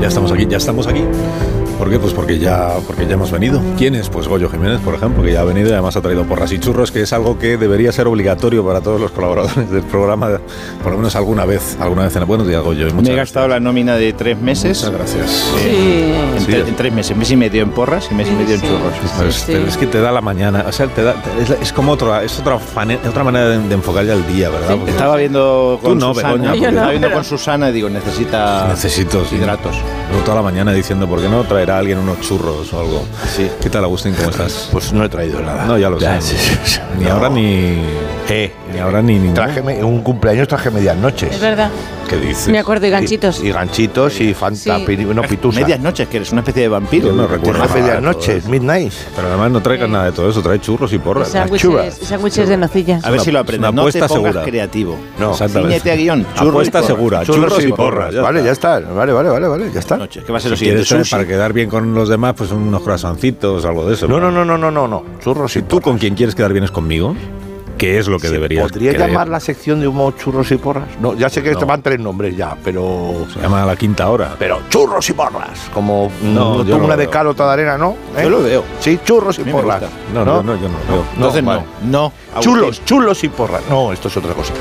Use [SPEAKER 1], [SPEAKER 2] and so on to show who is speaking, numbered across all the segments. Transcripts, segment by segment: [SPEAKER 1] ya estamos aquí. ¿Por qué? Pues porque ya, porque ya hemos venido. ¿Quién es? Pues Goyo Jiménez, por ejemplo, que ya ha venido y además ha traído porras y churros, que es algo que debería ser obligatorio para todos los colaboradores del programa, por lo menos alguna vez, alguna vez en el Buenos días, Goyo. y
[SPEAKER 2] Me
[SPEAKER 1] muchas
[SPEAKER 2] he gastado la nómina de tres meses.
[SPEAKER 1] Muchas gracias.
[SPEAKER 2] En,
[SPEAKER 1] Sí.
[SPEAKER 2] tre- en tres meses, mes y medio en porras y mes y medio en
[SPEAKER 3] Sí.
[SPEAKER 2] churros.
[SPEAKER 1] Pues
[SPEAKER 3] Sí,
[SPEAKER 1] te-
[SPEAKER 3] sí.
[SPEAKER 1] Es que te da la mañana, o sea, te da- te- es, la- es como otra, es otra, fane- otra manera de, de enfocar ya el día, ¿verdad? Porque
[SPEAKER 2] Estaba viendo
[SPEAKER 1] Tú
[SPEAKER 2] con
[SPEAKER 1] no,
[SPEAKER 2] Susana.
[SPEAKER 1] Begoña, Yo porque-
[SPEAKER 2] estaba
[SPEAKER 3] no,
[SPEAKER 2] viendo
[SPEAKER 3] pero-
[SPEAKER 2] con Susana y digo, necesita
[SPEAKER 1] necesito sí.
[SPEAKER 2] hidratos.
[SPEAKER 1] Llevo toda la mañana diciendo, ¿por qué no traerá alguien unos churros o algo?
[SPEAKER 2] Sí.
[SPEAKER 1] ¿Qué tal, Agustín? ¿Cómo estás?
[SPEAKER 4] Pues no he traído nada.
[SPEAKER 1] No, ya lo sé.
[SPEAKER 4] sí, sí, sí.
[SPEAKER 1] Ni
[SPEAKER 4] No.
[SPEAKER 1] ahora ni.
[SPEAKER 4] Eh,
[SPEAKER 1] Ni ahora ni. ni
[SPEAKER 4] Traje me- un cumpleaños traje medianoche.
[SPEAKER 3] Es verdad.
[SPEAKER 1] ¿Qué dices?
[SPEAKER 3] Me acuerdo, y ganchitos.
[SPEAKER 4] Y, y ganchitos y fanta,
[SPEAKER 3] Sí.
[SPEAKER 4] piri- no, pitusa.
[SPEAKER 2] Medias noches, que eres una especie de
[SPEAKER 1] Yo
[SPEAKER 2] vampiro.
[SPEAKER 1] no recuerdo.
[SPEAKER 4] Traje
[SPEAKER 1] nada de
[SPEAKER 4] medianoche,
[SPEAKER 1] todo eso.
[SPEAKER 4] midnight.
[SPEAKER 1] Pero además no traigas nada de todo eso, trae churros y porras.
[SPEAKER 3] Sándwiches,
[SPEAKER 4] churras.
[SPEAKER 3] sándwiches de nocilla.
[SPEAKER 2] A ver
[SPEAKER 1] una-
[SPEAKER 2] si lo
[SPEAKER 1] es
[SPEAKER 2] aprendes.
[SPEAKER 1] una
[SPEAKER 2] No te
[SPEAKER 1] apuesta
[SPEAKER 2] pongas
[SPEAKER 1] segura.
[SPEAKER 2] creativo.
[SPEAKER 4] No.
[SPEAKER 1] Exactamente.
[SPEAKER 2] Ciñete a guión. Churros
[SPEAKER 1] Apuesta
[SPEAKER 2] y porras.
[SPEAKER 1] segura, churros, y porras. ya
[SPEAKER 4] vale,
[SPEAKER 1] está.
[SPEAKER 4] ya está. Vale, vale, vale, vale, ya está.
[SPEAKER 2] Noche, que va a ser lo
[SPEAKER 1] Si
[SPEAKER 2] siguiente.
[SPEAKER 1] quieres,
[SPEAKER 2] Sushi.
[SPEAKER 1] para quedar bien con los demás, pues unos corazoncitos, algo de eso.
[SPEAKER 4] No, no, no, no, no, no, no. Churros y
[SPEAKER 1] Tú
[SPEAKER 4] porras.
[SPEAKER 1] con quien quieres quedar bien es conmigo, que es lo que
[SPEAKER 4] ¿Se
[SPEAKER 1] deberías.
[SPEAKER 4] ¿Podría
[SPEAKER 1] querer.
[SPEAKER 4] llamar la sección de humo churros y porras? No, ya sé que
[SPEAKER 1] No.
[SPEAKER 4] te van tres nombres ya, pero.
[SPEAKER 1] Se llama a la quinta hora.
[SPEAKER 4] Pero churros y porras. Como
[SPEAKER 1] No,
[SPEAKER 4] no,
[SPEAKER 1] yo lo
[SPEAKER 4] una
[SPEAKER 1] veo.
[SPEAKER 4] de cal, otra de arena, ¿no? ¿Eh?
[SPEAKER 2] Yo lo veo.
[SPEAKER 4] Sí, churros y
[SPEAKER 2] A mí me
[SPEAKER 4] porras.
[SPEAKER 2] gusta.
[SPEAKER 1] No, no, no, yo no lo veo.
[SPEAKER 2] Entonces no.
[SPEAKER 4] vale.
[SPEAKER 2] No. Agustín.
[SPEAKER 4] Chulos, chulos y porras. No, esto es otra cosa.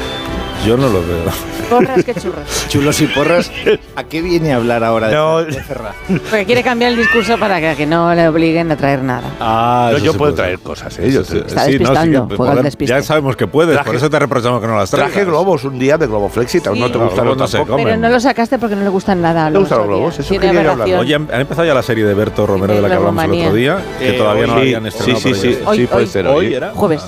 [SPEAKER 1] Yo no lo veo.
[SPEAKER 3] Porras que churros.
[SPEAKER 2] Chulos y porras. ¿A qué viene a hablar ahora de,
[SPEAKER 4] No.
[SPEAKER 2] de Ferraz?
[SPEAKER 3] Porque quiere cambiar el discurso para que, que no le obliguen a traer nada.
[SPEAKER 1] Ah,
[SPEAKER 4] yo puedo traer cosas, ¿eh? Yo te-
[SPEAKER 3] Está despistando, juega al despiste.
[SPEAKER 1] Ya sabemos que puedes, por
[SPEAKER 4] Traje-
[SPEAKER 1] eso te reprochamos que no las traigas.
[SPEAKER 4] Traje globos un día de globo flexi,
[SPEAKER 3] Sí.
[SPEAKER 4] no te
[SPEAKER 3] No,
[SPEAKER 4] gustaron
[SPEAKER 1] globos no sé,
[SPEAKER 4] tampoco.
[SPEAKER 1] Hombre.
[SPEAKER 3] Pero no lo sacaste porque no le gustan nada.
[SPEAKER 4] ¿Te gustan los
[SPEAKER 3] sabía.
[SPEAKER 4] globos? Eso
[SPEAKER 3] Tiene
[SPEAKER 4] quería hablar.
[SPEAKER 3] aberración.
[SPEAKER 1] Oye, han han empezado ya la serie de Berto Romero de la que
[SPEAKER 3] De
[SPEAKER 1] hablamos el
[SPEAKER 3] Globomanía.
[SPEAKER 1] otro día, que
[SPEAKER 2] Eh,
[SPEAKER 1] todavía no la
[SPEAKER 2] hoy-
[SPEAKER 1] habían estrenado.
[SPEAKER 4] sí,
[SPEAKER 1] pero
[SPEAKER 4] sí,
[SPEAKER 1] ya
[SPEAKER 4] sí,
[SPEAKER 1] está.
[SPEAKER 3] Hoy-
[SPEAKER 4] sí, puede
[SPEAKER 3] hoy-
[SPEAKER 4] ser.
[SPEAKER 1] ¿Hoy era?
[SPEAKER 3] Jueves.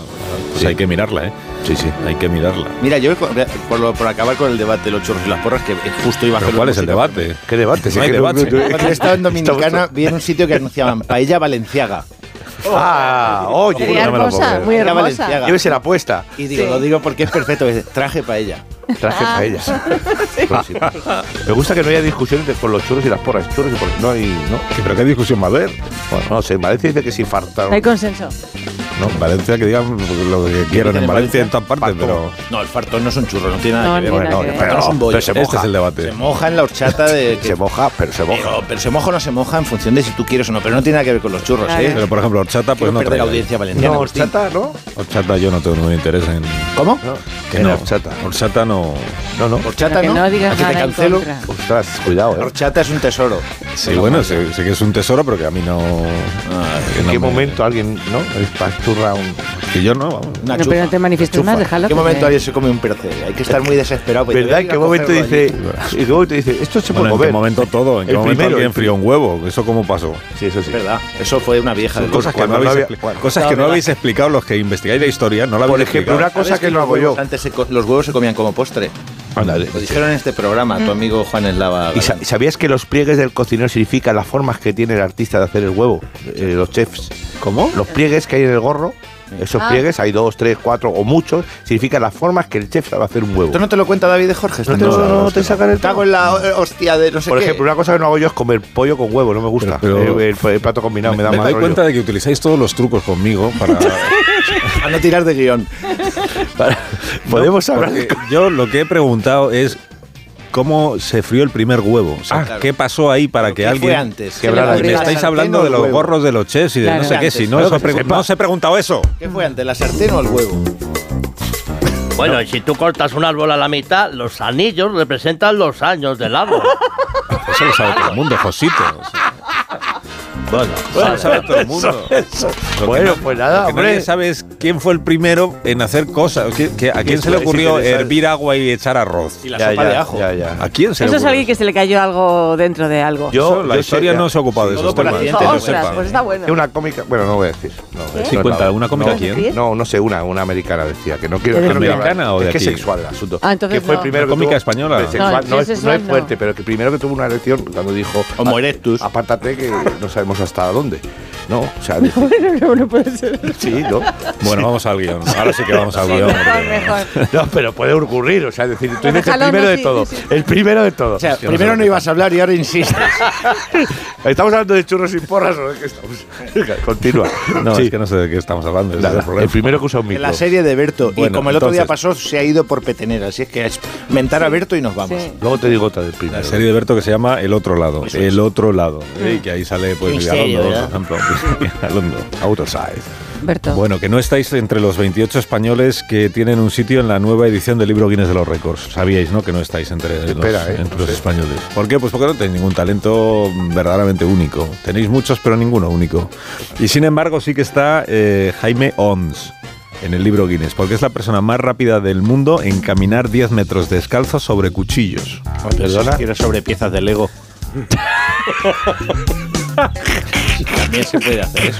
[SPEAKER 1] Pues hay que mirarla, ¿eh? Sí, sí, hay que mirarla.
[SPEAKER 2] Mira, yo por, lo- por acabar con el debate de los churros y las porras, que justo iba a
[SPEAKER 1] Pero
[SPEAKER 2] hacer
[SPEAKER 1] ¿cuál
[SPEAKER 2] la
[SPEAKER 1] es el
[SPEAKER 2] música.
[SPEAKER 1] debate?
[SPEAKER 4] ¿Qué debate?
[SPEAKER 1] No hay
[SPEAKER 4] que
[SPEAKER 1] debate.
[SPEAKER 2] Cuando yo estaba en Dominicana, vi en un sitio que anunciaban paella valenciaga.
[SPEAKER 4] Ah, oye.
[SPEAKER 3] Sería
[SPEAKER 1] no me la puedo
[SPEAKER 3] hermosa,
[SPEAKER 1] creer.
[SPEAKER 3] muy
[SPEAKER 2] Era
[SPEAKER 3] hermosa.
[SPEAKER 2] Valenciaga.
[SPEAKER 4] Debe ser apuesta.
[SPEAKER 2] Y digo,
[SPEAKER 3] Sí.
[SPEAKER 2] lo digo porque es perfecto, es traje paella.
[SPEAKER 4] Traje
[SPEAKER 3] Ah.
[SPEAKER 4] paellas. Pues sí. Me gusta que no haya discusiones de- con los churros y las porras. Churros y porras. No hay. No,
[SPEAKER 1] ¿Pero qué discusión va a haber?
[SPEAKER 4] Bueno, no sé. Valencia dice que se
[SPEAKER 3] No hay
[SPEAKER 4] infartaron.
[SPEAKER 3] consenso.
[SPEAKER 1] No, en Valencia que digan lo que quieran en
[SPEAKER 2] en
[SPEAKER 1] Valencia,
[SPEAKER 2] Valencia?
[SPEAKER 1] en todas partes,
[SPEAKER 4] Pato.
[SPEAKER 1] pero...
[SPEAKER 2] No, el fartón no es un churro, no tiene
[SPEAKER 3] No,
[SPEAKER 2] nada que
[SPEAKER 3] no
[SPEAKER 2] ver.
[SPEAKER 3] tiene nada que ver.
[SPEAKER 2] el fartón es un bollo.
[SPEAKER 4] Pero se
[SPEAKER 1] Este es el debate.
[SPEAKER 2] Se moja en la horchata de... que-
[SPEAKER 4] Se moja, pero se moja.
[SPEAKER 2] pero, pero se moja o no se moja en función de si tú quieres o no, pero no tiene nada que ver con los churros,
[SPEAKER 3] Claro.
[SPEAKER 2] ¿eh?
[SPEAKER 1] Pero, por ejemplo, horchata, pues
[SPEAKER 2] Quiero
[SPEAKER 1] no
[SPEAKER 2] perder la
[SPEAKER 1] traigo.
[SPEAKER 2] audiencia valenciana.
[SPEAKER 4] No,
[SPEAKER 2] Agustín.
[SPEAKER 4] horchata, ¿no?
[SPEAKER 1] Horchata yo no tengo ningún interés en...
[SPEAKER 2] ¿Cómo?
[SPEAKER 1] Que
[SPEAKER 4] En
[SPEAKER 1] no,
[SPEAKER 4] horchata.
[SPEAKER 1] Horchata no...
[SPEAKER 4] No, no.
[SPEAKER 2] Horchata,
[SPEAKER 3] Para que
[SPEAKER 2] ¿no?
[SPEAKER 3] no digas
[SPEAKER 2] Aquí te
[SPEAKER 3] nada en
[SPEAKER 2] cancelo.
[SPEAKER 3] contra.
[SPEAKER 4] Ostras, cuidado, ¿eh?
[SPEAKER 2] Horchata es un tesoro.
[SPEAKER 1] Sí, bueno, Ah, sé, sé que es un tesoro, pero que a mí no... que
[SPEAKER 4] ¿En
[SPEAKER 1] no
[SPEAKER 4] qué
[SPEAKER 1] me-
[SPEAKER 4] momento alguien, no? Espasturra un.
[SPEAKER 1] Que yo no, vamos.
[SPEAKER 2] Una
[SPEAKER 3] No, pero
[SPEAKER 2] chufa.
[SPEAKER 3] no te manifiestes más,
[SPEAKER 2] Chufa.
[SPEAKER 3] déjalo.
[SPEAKER 2] ¿En qué
[SPEAKER 3] que
[SPEAKER 2] momento
[SPEAKER 3] te-
[SPEAKER 2] alguien se come un percebe? Hay que estar muy desesperado. porque
[SPEAKER 4] ¿Verdad?
[SPEAKER 2] tengo que
[SPEAKER 4] ¿En
[SPEAKER 2] ir a
[SPEAKER 4] qué momento
[SPEAKER 2] Pues cogerlo
[SPEAKER 4] dice,
[SPEAKER 2] allí.
[SPEAKER 4] ¿En qué momento dice, esto se
[SPEAKER 1] Bueno,
[SPEAKER 4] puede
[SPEAKER 1] ¿en qué
[SPEAKER 4] mover?
[SPEAKER 1] momento todo? ¿En qué
[SPEAKER 4] El
[SPEAKER 1] momento
[SPEAKER 4] primero,
[SPEAKER 1] alguien
[SPEAKER 4] el
[SPEAKER 1] frío un huevo? ¿Eso cómo pasó?
[SPEAKER 4] Sí, eso sí.
[SPEAKER 2] ¿Verdad? Eso fue una vieja. del
[SPEAKER 1] Cosas que no
[SPEAKER 4] cuando
[SPEAKER 1] habéis,
[SPEAKER 4] no había-
[SPEAKER 1] expli-
[SPEAKER 4] cuando-
[SPEAKER 1] cosas que no
[SPEAKER 2] Claro,
[SPEAKER 1] habéis explicado, los que investigáis la historia, no la habéis
[SPEAKER 4] Por ejemplo,
[SPEAKER 1] explicado.
[SPEAKER 4] una cosa
[SPEAKER 2] ¿Sabes
[SPEAKER 4] que no
[SPEAKER 2] los
[SPEAKER 4] hago yo.
[SPEAKER 2] huevos Antes se co- los huevos se comían como postre.
[SPEAKER 4] Ándale.
[SPEAKER 2] Lo dijeron en este programa,
[SPEAKER 3] Mm.
[SPEAKER 2] tu amigo Juan Eslava.
[SPEAKER 4] ¿Y sa- sabías que los pliegues del cocinero significan las formas que tiene el artista de hacer el huevo? Eh, los chefs. ¿Cómo? Los pliegues que hay en el gorro, esos
[SPEAKER 3] Ah.
[SPEAKER 4] pliegues, hay dos, tres, cuatro o muchos, significan las formas que el chef sabe hacer un huevo.
[SPEAKER 2] ¿Esto no te lo cuenta David de Jorge?
[SPEAKER 4] No te- no, no, no, te sacan el
[SPEAKER 2] Cago en la eh, hostia de no sé
[SPEAKER 4] Por
[SPEAKER 2] qué.
[SPEAKER 4] ejemplo, una cosa que no hago yo es comer pollo con huevo, no me gusta.
[SPEAKER 1] Pero- pero-
[SPEAKER 4] Eh, el, el plato combinado me, da
[SPEAKER 1] me
[SPEAKER 4] mal
[SPEAKER 1] doy
[SPEAKER 4] rollo.
[SPEAKER 1] cuenta de que utilizáis todos los trucos conmigo para...
[SPEAKER 2] A no tirar de guión.
[SPEAKER 4] Podemos hablar
[SPEAKER 1] Porque yo lo que he preguntado es cómo se frió el primer huevo. O sea,
[SPEAKER 2] Ah, claro.
[SPEAKER 1] ¿Qué pasó ahí para que
[SPEAKER 2] ¿Qué
[SPEAKER 1] alguien
[SPEAKER 2] fue antes?
[SPEAKER 3] Que hablara
[SPEAKER 1] Me
[SPEAKER 3] de-
[SPEAKER 2] ¿La
[SPEAKER 1] estáis
[SPEAKER 2] sartén
[SPEAKER 1] hablando
[SPEAKER 2] o
[SPEAKER 1] de
[SPEAKER 2] el
[SPEAKER 1] los
[SPEAKER 2] huevo?
[SPEAKER 1] gorros de los chefs y de
[SPEAKER 3] Claro.
[SPEAKER 1] no sé qué, si no,
[SPEAKER 4] Claro
[SPEAKER 1] os he
[SPEAKER 4] que se
[SPEAKER 1] pregun-
[SPEAKER 4] sepa.
[SPEAKER 1] no os he preguntado eso.
[SPEAKER 2] ¿Qué fue antes, la sartén o el huevo?
[SPEAKER 5] Bueno, y si tú cortas un árbol a la mitad, los anillos representan los años del árbol.
[SPEAKER 1] Pues Eso lo sabe todo el mundo, Josito.
[SPEAKER 5] Bueno,
[SPEAKER 1] Eso lo sabe todo el mundo. Lo que
[SPEAKER 4] Bueno,
[SPEAKER 1] no-
[SPEAKER 4] pues nada,
[SPEAKER 1] lo que nadie
[SPEAKER 4] hombre.
[SPEAKER 1] sabe es quién fue el primero en hacer cosas. ¿Qué- qué- ¿A quién
[SPEAKER 4] Eso
[SPEAKER 1] se le
[SPEAKER 4] es
[SPEAKER 1] ocurrió
[SPEAKER 4] interesante.
[SPEAKER 1] hervir agua y echar arroz?
[SPEAKER 2] Y la
[SPEAKER 4] Ya,
[SPEAKER 2] sopa
[SPEAKER 4] ya,
[SPEAKER 2] de ajo.
[SPEAKER 4] ya, ya.
[SPEAKER 1] ¿A quién se le
[SPEAKER 3] Eso es
[SPEAKER 1] ocurrió?
[SPEAKER 3] alguien que se le cayó algo dentro de algo.
[SPEAKER 4] Yo-
[SPEAKER 1] Eso, la
[SPEAKER 4] sé,
[SPEAKER 1] historia
[SPEAKER 4] ya.
[SPEAKER 1] no se ha ocupado de
[SPEAKER 2] Sí,
[SPEAKER 1] esos
[SPEAKER 2] todo por
[SPEAKER 1] temas.
[SPEAKER 2] accidente,
[SPEAKER 1] que yo
[SPEAKER 2] no
[SPEAKER 3] Ostras,
[SPEAKER 1] sepa.
[SPEAKER 3] pues está bueno.
[SPEAKER 4] Es una cómica, bueno, no voy a decir. No,
[SPEAKER 1] Sí,
[SPEAKER 4] no es
[SPEAKER 1] cuenta,
[SPEAKER 4] nada.
[SPEAKER 1] ¿una cómica
[SPEAKER 4] No,
[SPEAKER 1] quién?
[SPEAKER 3] ¿Decir?
[SPEAKER 4] No, no sé, una, una americana decía, que no quiero que no quiero hablar.
[SPEAKER 1] ¿Americana o de
[SPEAKER 4] Es que es
[SPEAKER 1] aquí?
[SPEAKER 4] sexual el asunto.
[SPEAKER 3] Ah, entonces
[SPEAKER 4] que fue
[SPEAKER 3] no.
[SPEAKER 4] el primero
[SPEAKER 1] ¿Una
[SPEAKER 4] que
[SPEAKER 1] cómica
[SPEAKER 4] tuvo-
[SPEAKER 1] española?
[SPEAKER 4] de sexual,
[SPEAKER 3] No,
[SPEAKER 4] No,
[SPEAKER 3] si es
[SPEAKER 4] es, no es
[SPEAKER 3] sexual,
[SPEAKER 4] fuerte,
[SPEAKER 3] no.
[SPEAKER 4] pero que primero que tuvo una elección cuando dijo
[SPEAKER 2] Homo erectus.
[SPEAKER 4] "A- apártate que no sabemos hasta dónde. No, o sea, de-
[SPEAKER 3] Bueno, no, no puede ser.
[SPEAKER 4] sí, ¿no?
[SPEAKER 1] Bueno, vamos al guión. Ahora sí que vamos al guión.
[SPEAKER 3] mejor,
[SPEAKER 1] porque-
[SPEAKER 3] mejor.
[SPEAKER 4] No, pero puede ocurrir, o sea, es decir, tú eres el
[SPEAKER 3] déjalo,
[SPEAKER 4] primero
[SPEAKER 3] no,
[SPEAKER 4] de
[SPEAKER 3] sí,
[SPEAKER 4] todo.
[SPEAKER 3] sí, sí.
[SPEAKER 4] El primero de todo.
[SPEAKER 2] O sea,
[SPEAKER 1] que no
[SPEAKER 2] primero
[SPEAKER 1] sé lo
[SPEAKER 2] no
[SPEAKER 1] que-
[SPEAKER 2] ibas a hablar y ahora insistes.
[SPEAKER 4] ¿Estamos hablando de churros sin porras o de qué estamos? Venga, Continúa.
[SPEAKER 1] No,
[SPEAKER 4] Sí,
[SPEAKER 1] es que no sé de qué estamos hablando. ese es
[SPEAKER 4] nada,
[SPEAKER 1] el problema.
[SPEAKER 4] el primero que usa un
[SPEAKER 2] En
[SPEAKER 4] micro.
[SPEAKER 2] la serie de Berto. y
[SPEAKER 1] Bueno,
[SPEAKER 2] como el otro día
[SPEAKER 1] entonces-
[SPEAKER 2] pasó, se ha ido por petenera. Así es que es mentar a Berto y nos vamos.
[SPEAKER 3] Sí.
[SPEAKER 4] Luego te digo otra del
[SPEAKER 1] La
[SPEAKER 4] primero.
[SPEAKER 1] serie de Berto que se llama El Otro Lado. El Otro Lado. ¿eh? Que ahí sale, pues,
[SPEAKER 2] Misterio,
[SPEAKER 1] Vigalondo, por
[SPEAKER 2] ¿verdad?
[SPEAKER 1] ejemplo. Vigalondo. Outside.
[SPEAKER 3] Berto.
[SPEAKER 1] Bueno, que no estáis entre los 28 españoles que tienen un sitio en la nueva edición del libro Guinness de los Récords. Sabíais, ¿no? Que no estáis entre los,
[SPEAKER 4] Espera, ¿eh?
[SPEAKER 1] entre los españoles. ¿Por qué? Pues porque no tenéis ningún talento verdaderamente único. Tenéis muchos, pero ninguno único. Y sin embargo, sí que está eh, Jaime Ons en el libro Guinness, porque es la persona más rápida del mundo en caminar 10 metros descalzo sobre cuchillos.
[SPEAKER 2] Perdona. Quiero pues, sobre piezas de Lego. También se puede hacer eso.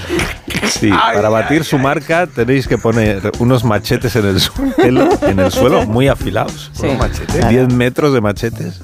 [SPEAKER 1] Sí, para batir su marca tenéis que poner unos machetes en el suelo, en el suelo muy afilados.
[SPEAKER 3] Sí.
[SPEAKER 1] De 10 metros de machetes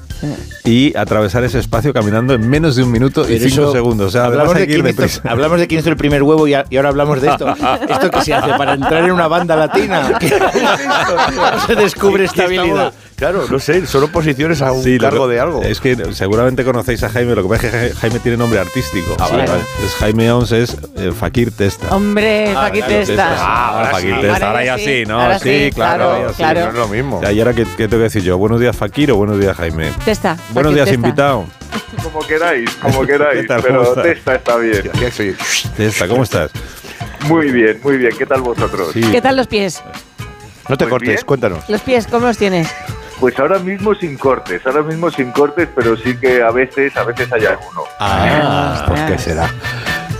[SPEAKER 1] y atravesar ese espacio caminando en menos de un minuto y 5
[SPEAKER 2] Pero eso-
[SPEAKER 1] segundos. O sea, además
[SPEAKER 2] hablamos,
[SPEAKER 1] hay
[SPEAKER 2] de
[SPEAKER 1] que ir
[SPEAKER 2] quién hizo,
[SPEAKER 1] deprisa.
[SPEAKER 2] hablamos de quién hizo el primer huevo y, a- y ahora hablamos de esto. ¿Esto que se hace? ¿Para entrar en una banda latina? ¿Cómo se descubre
[SPEAKER 4] Aquí estamos-
[SPEAKER 2] estabilidad?
[SPEAKER 4] Claro, no sé, son oposiciones a un
[SPEAKER 1] Sí, lo
[SPEAKER 4] cargo
[SPEAKER 1] que-
[SPEAKER 4] de algo.
[SPEAKER 1] Es que seguramente conocéis a Jaime, lo que pasa es que Ja- Jaime tiene nombre artístico.
[SPEAKER 4] Ah,
[SPEAKER 3] vale, vale.
[SPEAKER 1] Entonces, Jaime Ons es eh, Fakir Testa.
[SPEAKER 3] Hombre, aquí te estás.
[SPEAKER 1] Ah, ahora Fakir
[SPEAKER 3] sí.
[SPEAKER 1] Testa,
[SPEAKER 3] Ahora
[SPEAKER 1] ahora
[SPEAKER 3] ya
[SPEAKER 1] ya
[SPEAKER 3] sí,
[SPEAKER 1] sí, ¿no?
[SPEAKER 3] ahora
[SPEAKER 1] sí,
[SPEAKER 3] sí,
[SPEAKER 1] claro,
[SPEAKER 3] claro,
[SPEAKER 1] ahora ya sí.
[SPEAKER 3] claro.
[SPEAKER 4] No es lo mismo.
[SPEAKER 1] O sea, ¿Y ahora qué, qué tengo que decir yo? ¿Buenos días, Fakir o buenos días, Jaime?
[SPEAKER 3] Testa.
[SPEAKER 1] Buenos
[SPEAKER 3] Fakir
[SPEAKER 1] días,
[SPEAKER 3] Testa.
[SPEAKER 1] invitado.
[SPEAKER 6] Como queráis, como queráis,
[SPEAKER 1] ¿Qué tal? ¿Cómo
[SPEAKER 6] pero
[SPEAKER 1] estás?
[SPEAKER 6] Testa está bien.
[SPEAKER 4] Ya soy-
[SPEAKER 1] Testa, ¿cómo estás?
[SPEAKER 6] Muy bien, muy bien. ¿Qué tal vosotros?
[SPEAKER 1] Sí.
[SPEAKER 3] ¿Qué tal los pies?
[SPEAKER 4] No te
[SPEAKER 6] Muy
[SPEAKER 4] cortes,
[SPEAKER 6] bien.
[SPEAKER 4] cuéntanos.
[SPEAKER 3] ¿Los pies cómo los tienes?
[SPEAKER 6] Pues ahora mismo sin cortes, ahora mismo sin cortes, pero sí que a veces, a veces hay alguno.
[SPEAKER 3] Ah,
[SPEAKER 4] ¿Por
[SPEAKER 3] ostras.
[SPEAKER 4] qué será?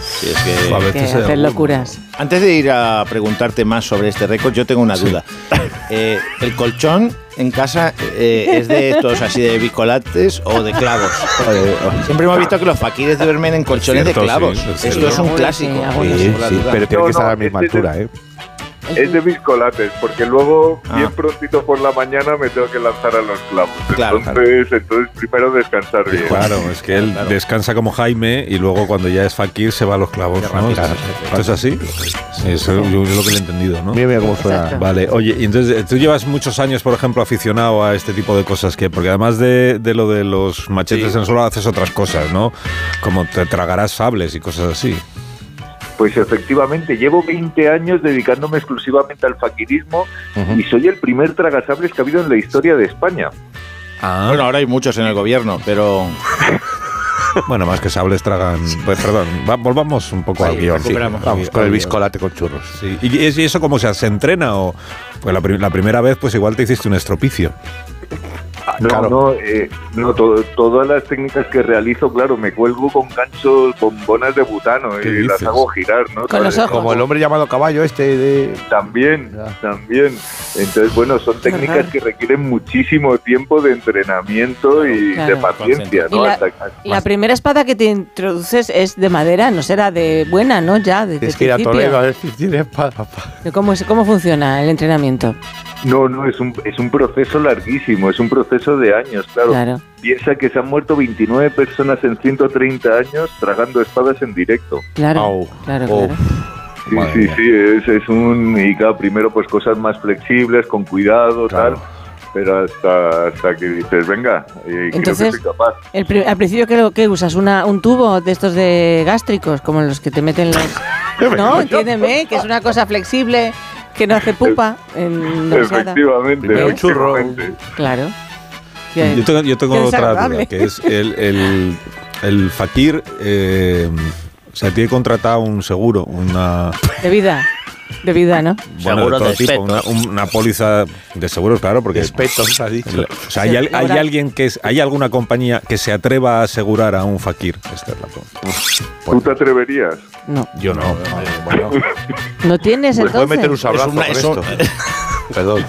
[SPEAKER 5] Si es que
[SPEAKER 1] A ver,
[SPEAKER 3] Que
[SPEAKER 1] este es el-
[SPEAKER 3] hacer locuras.
[SPEAKER 2] Antes de ir a preguntarte más sobre este récord, yo tengo una duda. Eh, ¿El colchón en casa eh, es de estos así de bicolates o de clavos? Siempre hemos visto que los faquires duermen en colchones
[SPEAKER 1] Cierto,
[SPEAKER 2] de clavos.
[SPEAKER 1] sí, es
[SPEAKER 2] Esto
[SPEAKER 1] cierto.
[SPEAKER 2] es un clásico.
[SPEAKER 3] Sí, algunos.
[SPEAKER 4] Sí,
[SPEAKER 2] Por la
[SPEAKER 4] sí,
[SPEAKER 2] duda.
[SPEAKER 4] pero tiene que
[SPEAKER 6] No,
[SPEAKER 4] estar a la
[SPEAKER 6] no,
[SPEAKER 4] misma
[SPEAKER 6] este-
[SPEAKER 4] altura, ¿eh?
[SPEAKER 6] Es de mis colates, porque luego,
[SPEAKER 2] Ah.
[SPEAKER 6] bien prontito por la mañana, me tengo que lanzar a los clavos.
[SPEAKER 2] Claro,
[SPEAKER 6] entonces, entonces primero descansar bien.
[SPEAKER 1] Claro, es que él descansa como Jaime y luego cuando ya es Fakir se va a los clavos. ¿no? ¿Esto es así? Sí, eso yo- yo lo que le he entendido, ¿no?
[SPEAKER 4] Mira, mira cómo suena.
[SPEAKER 3] Exacto.
[SPEAKER 1] Vale, oye, y entonces eh, tú llevas muchos años, por ejemplo, aficionado a este tipo de cosas, que porque además de, de lo de los machetes en el suelo haces otras cosas, ¿no? Como te tragarás sables y cosas así.
[SPEAKER 6] Pues efectivamente, llevo 20 años dedicándome exclusivamente al faquirismo y soy el primer tragasables que ha habido en la historia de España.
[SPEAKER 1] Ah,
[SPEAKER 2] Bueno, ahora hay muchos en el gobierno, pero
[SPEAKER 1] bueno, más que sables tragan. Pues perdón, va- volvamos un poco al guión.
[SPEAKER 2] recuperamos.
[SPEAKER 4] Vamos, con el biscolate con churros.
[SPEAKER 1] Sí. ¿Y es- y eso cómo se, hace? se entrena? O, pues la, pri- la primera vez, pues igual te hiciste un estropicio.
[SPEAKER 6] No,
[SPEAKER 4] Claro.
[SPEAKER 6] no, eh, no to- todas las técnicas que realizo, claro, me cuelgo con ganchos, bombonas de butano
[SPEAKER 1] ¿Qué
[SPEAKER 6] y las
[SPEAKER 1] dices?
[SPEAKER 6] hago girar, ¿no?
[SPEAKER 3] Con los ojos.
[SPEAKER 4] Como el hombre llamado caballo este de...
[SPEAKER 6] También,
[SPEAKER 4] Ya.
[SPEAKER 6] también. Entonces, bueno, son técnicas que requieren muchísimo tiempo de entrenamiento y
[SPEAKER 3] Claro.
[SPEAKER 6] de paciencia,
[SPEAKER 3] Y
[SPEAKER 6] ¿no?
[SPEAKER 3] la-
[SPEAKER 6] Hasta- hasta-
[SPEAKER 3] Y la primera espada que te introduces es de madera, no será de buena, ¿no? Ya, desde
[SPEAKER 4] Tienes
[SPEAKER 3] el
[SPEAKER 4] que ir a
[SPEAKER 3] principio.
[SPEAKER 4] Toledo ¿eh? a ver si tiene espada. pa-
[SPEAKER 3] ¿De ¿Cómo, es- ¿Cómo funciona el entrenamiento?
[SPEAKER 6] No, no, es un, es un proceso larguísimo, es un proceso de años, claro.
[SPEAKER 3] Claro.
[SPEAKER 6] Piensa que se han muerto 29 personas en 130 años tragando espadas en directo.
[SPEAKER 3] Claro,
[SPEAKER 4] Au.
[SPEAKER 3] claro,
[SPEAKER 4] Au.
[SPEAKER 3] claro.
[SPEAKER 6] Sí,
[SPEAKER 4] Madre
[SPEAKER 6] sí,
[SPEAKER 4] mía.
[SPEAKER 6] sí, es, es un... Y claro, primero pues cosas más flexibles, con cuidado,
[SPEAKER 4] Claro.
[SPEAKER 6] tal. Pero hasta, hasta que dices, venga, eh,
[SPEAKER 3] Entonces-
[SPEAKER 6] creo que soy capaz.
[SPEAKER 3] El pri- al principio creo que usas una, un tubo de estos de gástricos, como los que te meten los... no, entiéndeme, que es una cosa flexible, que no hace pupa en nada.
[SPEAKER 6] Efectivamente,
[SPEAKER 4] Primero un churro.
[SPEAKER 6] efectivamente.
[SPEAKER 3] Claro. Que-
[SPEAKER 1] Yo tengo, yo tengo
[SPEAKER 3] Qué
[SPEAKER 1] otra duda,
[SPEAKER 3] desagradable.
[SPEAKER 1] que es el, el, el fakir, eh, o sea, tiene contratado un seguro, una,
[SPEAKER 3] De vida, de vida, ¿no?
[SPEAKER 1] bueno,
[SPEAKER 7] Seguro
[SPEAKER 1] de todo
[SPEAKER 7] de
[SPEAKER 1] tipo, una,
[SPEAKER 7] espetos.
[SPEAKER 1] una póliza de seguros, claro, porque...
[SPEAKER 4] Espetos, ha dicho.
[SPEAKER 1] O sea, ¿hay, al- hay alguien que es- hay alguna compañía que se atreva a asegurar a un fakir? Esta es la pregunta.
[SPEAKER 4] Pues,
[SPEAKER 6] ¿Tú te atreverías?
[SPEAKER 3] No.
[SPEAKER 1] Yo no.
[SPEAKER 4] Bueno,
[SPEAKER 3] ¿No tienes
[SPEAKER 4] me puedes
[SPEAKER 3] entonces?
[SPEAKER 4] Pues meter un sablazo
[SPEAKER 2] Es una-
[SPEAKER 4] con
[SPEAKER 2] es
[SPEAKER 4] esto.
[SPEAKER 2] un-
[SPEAKER 4] Perdón.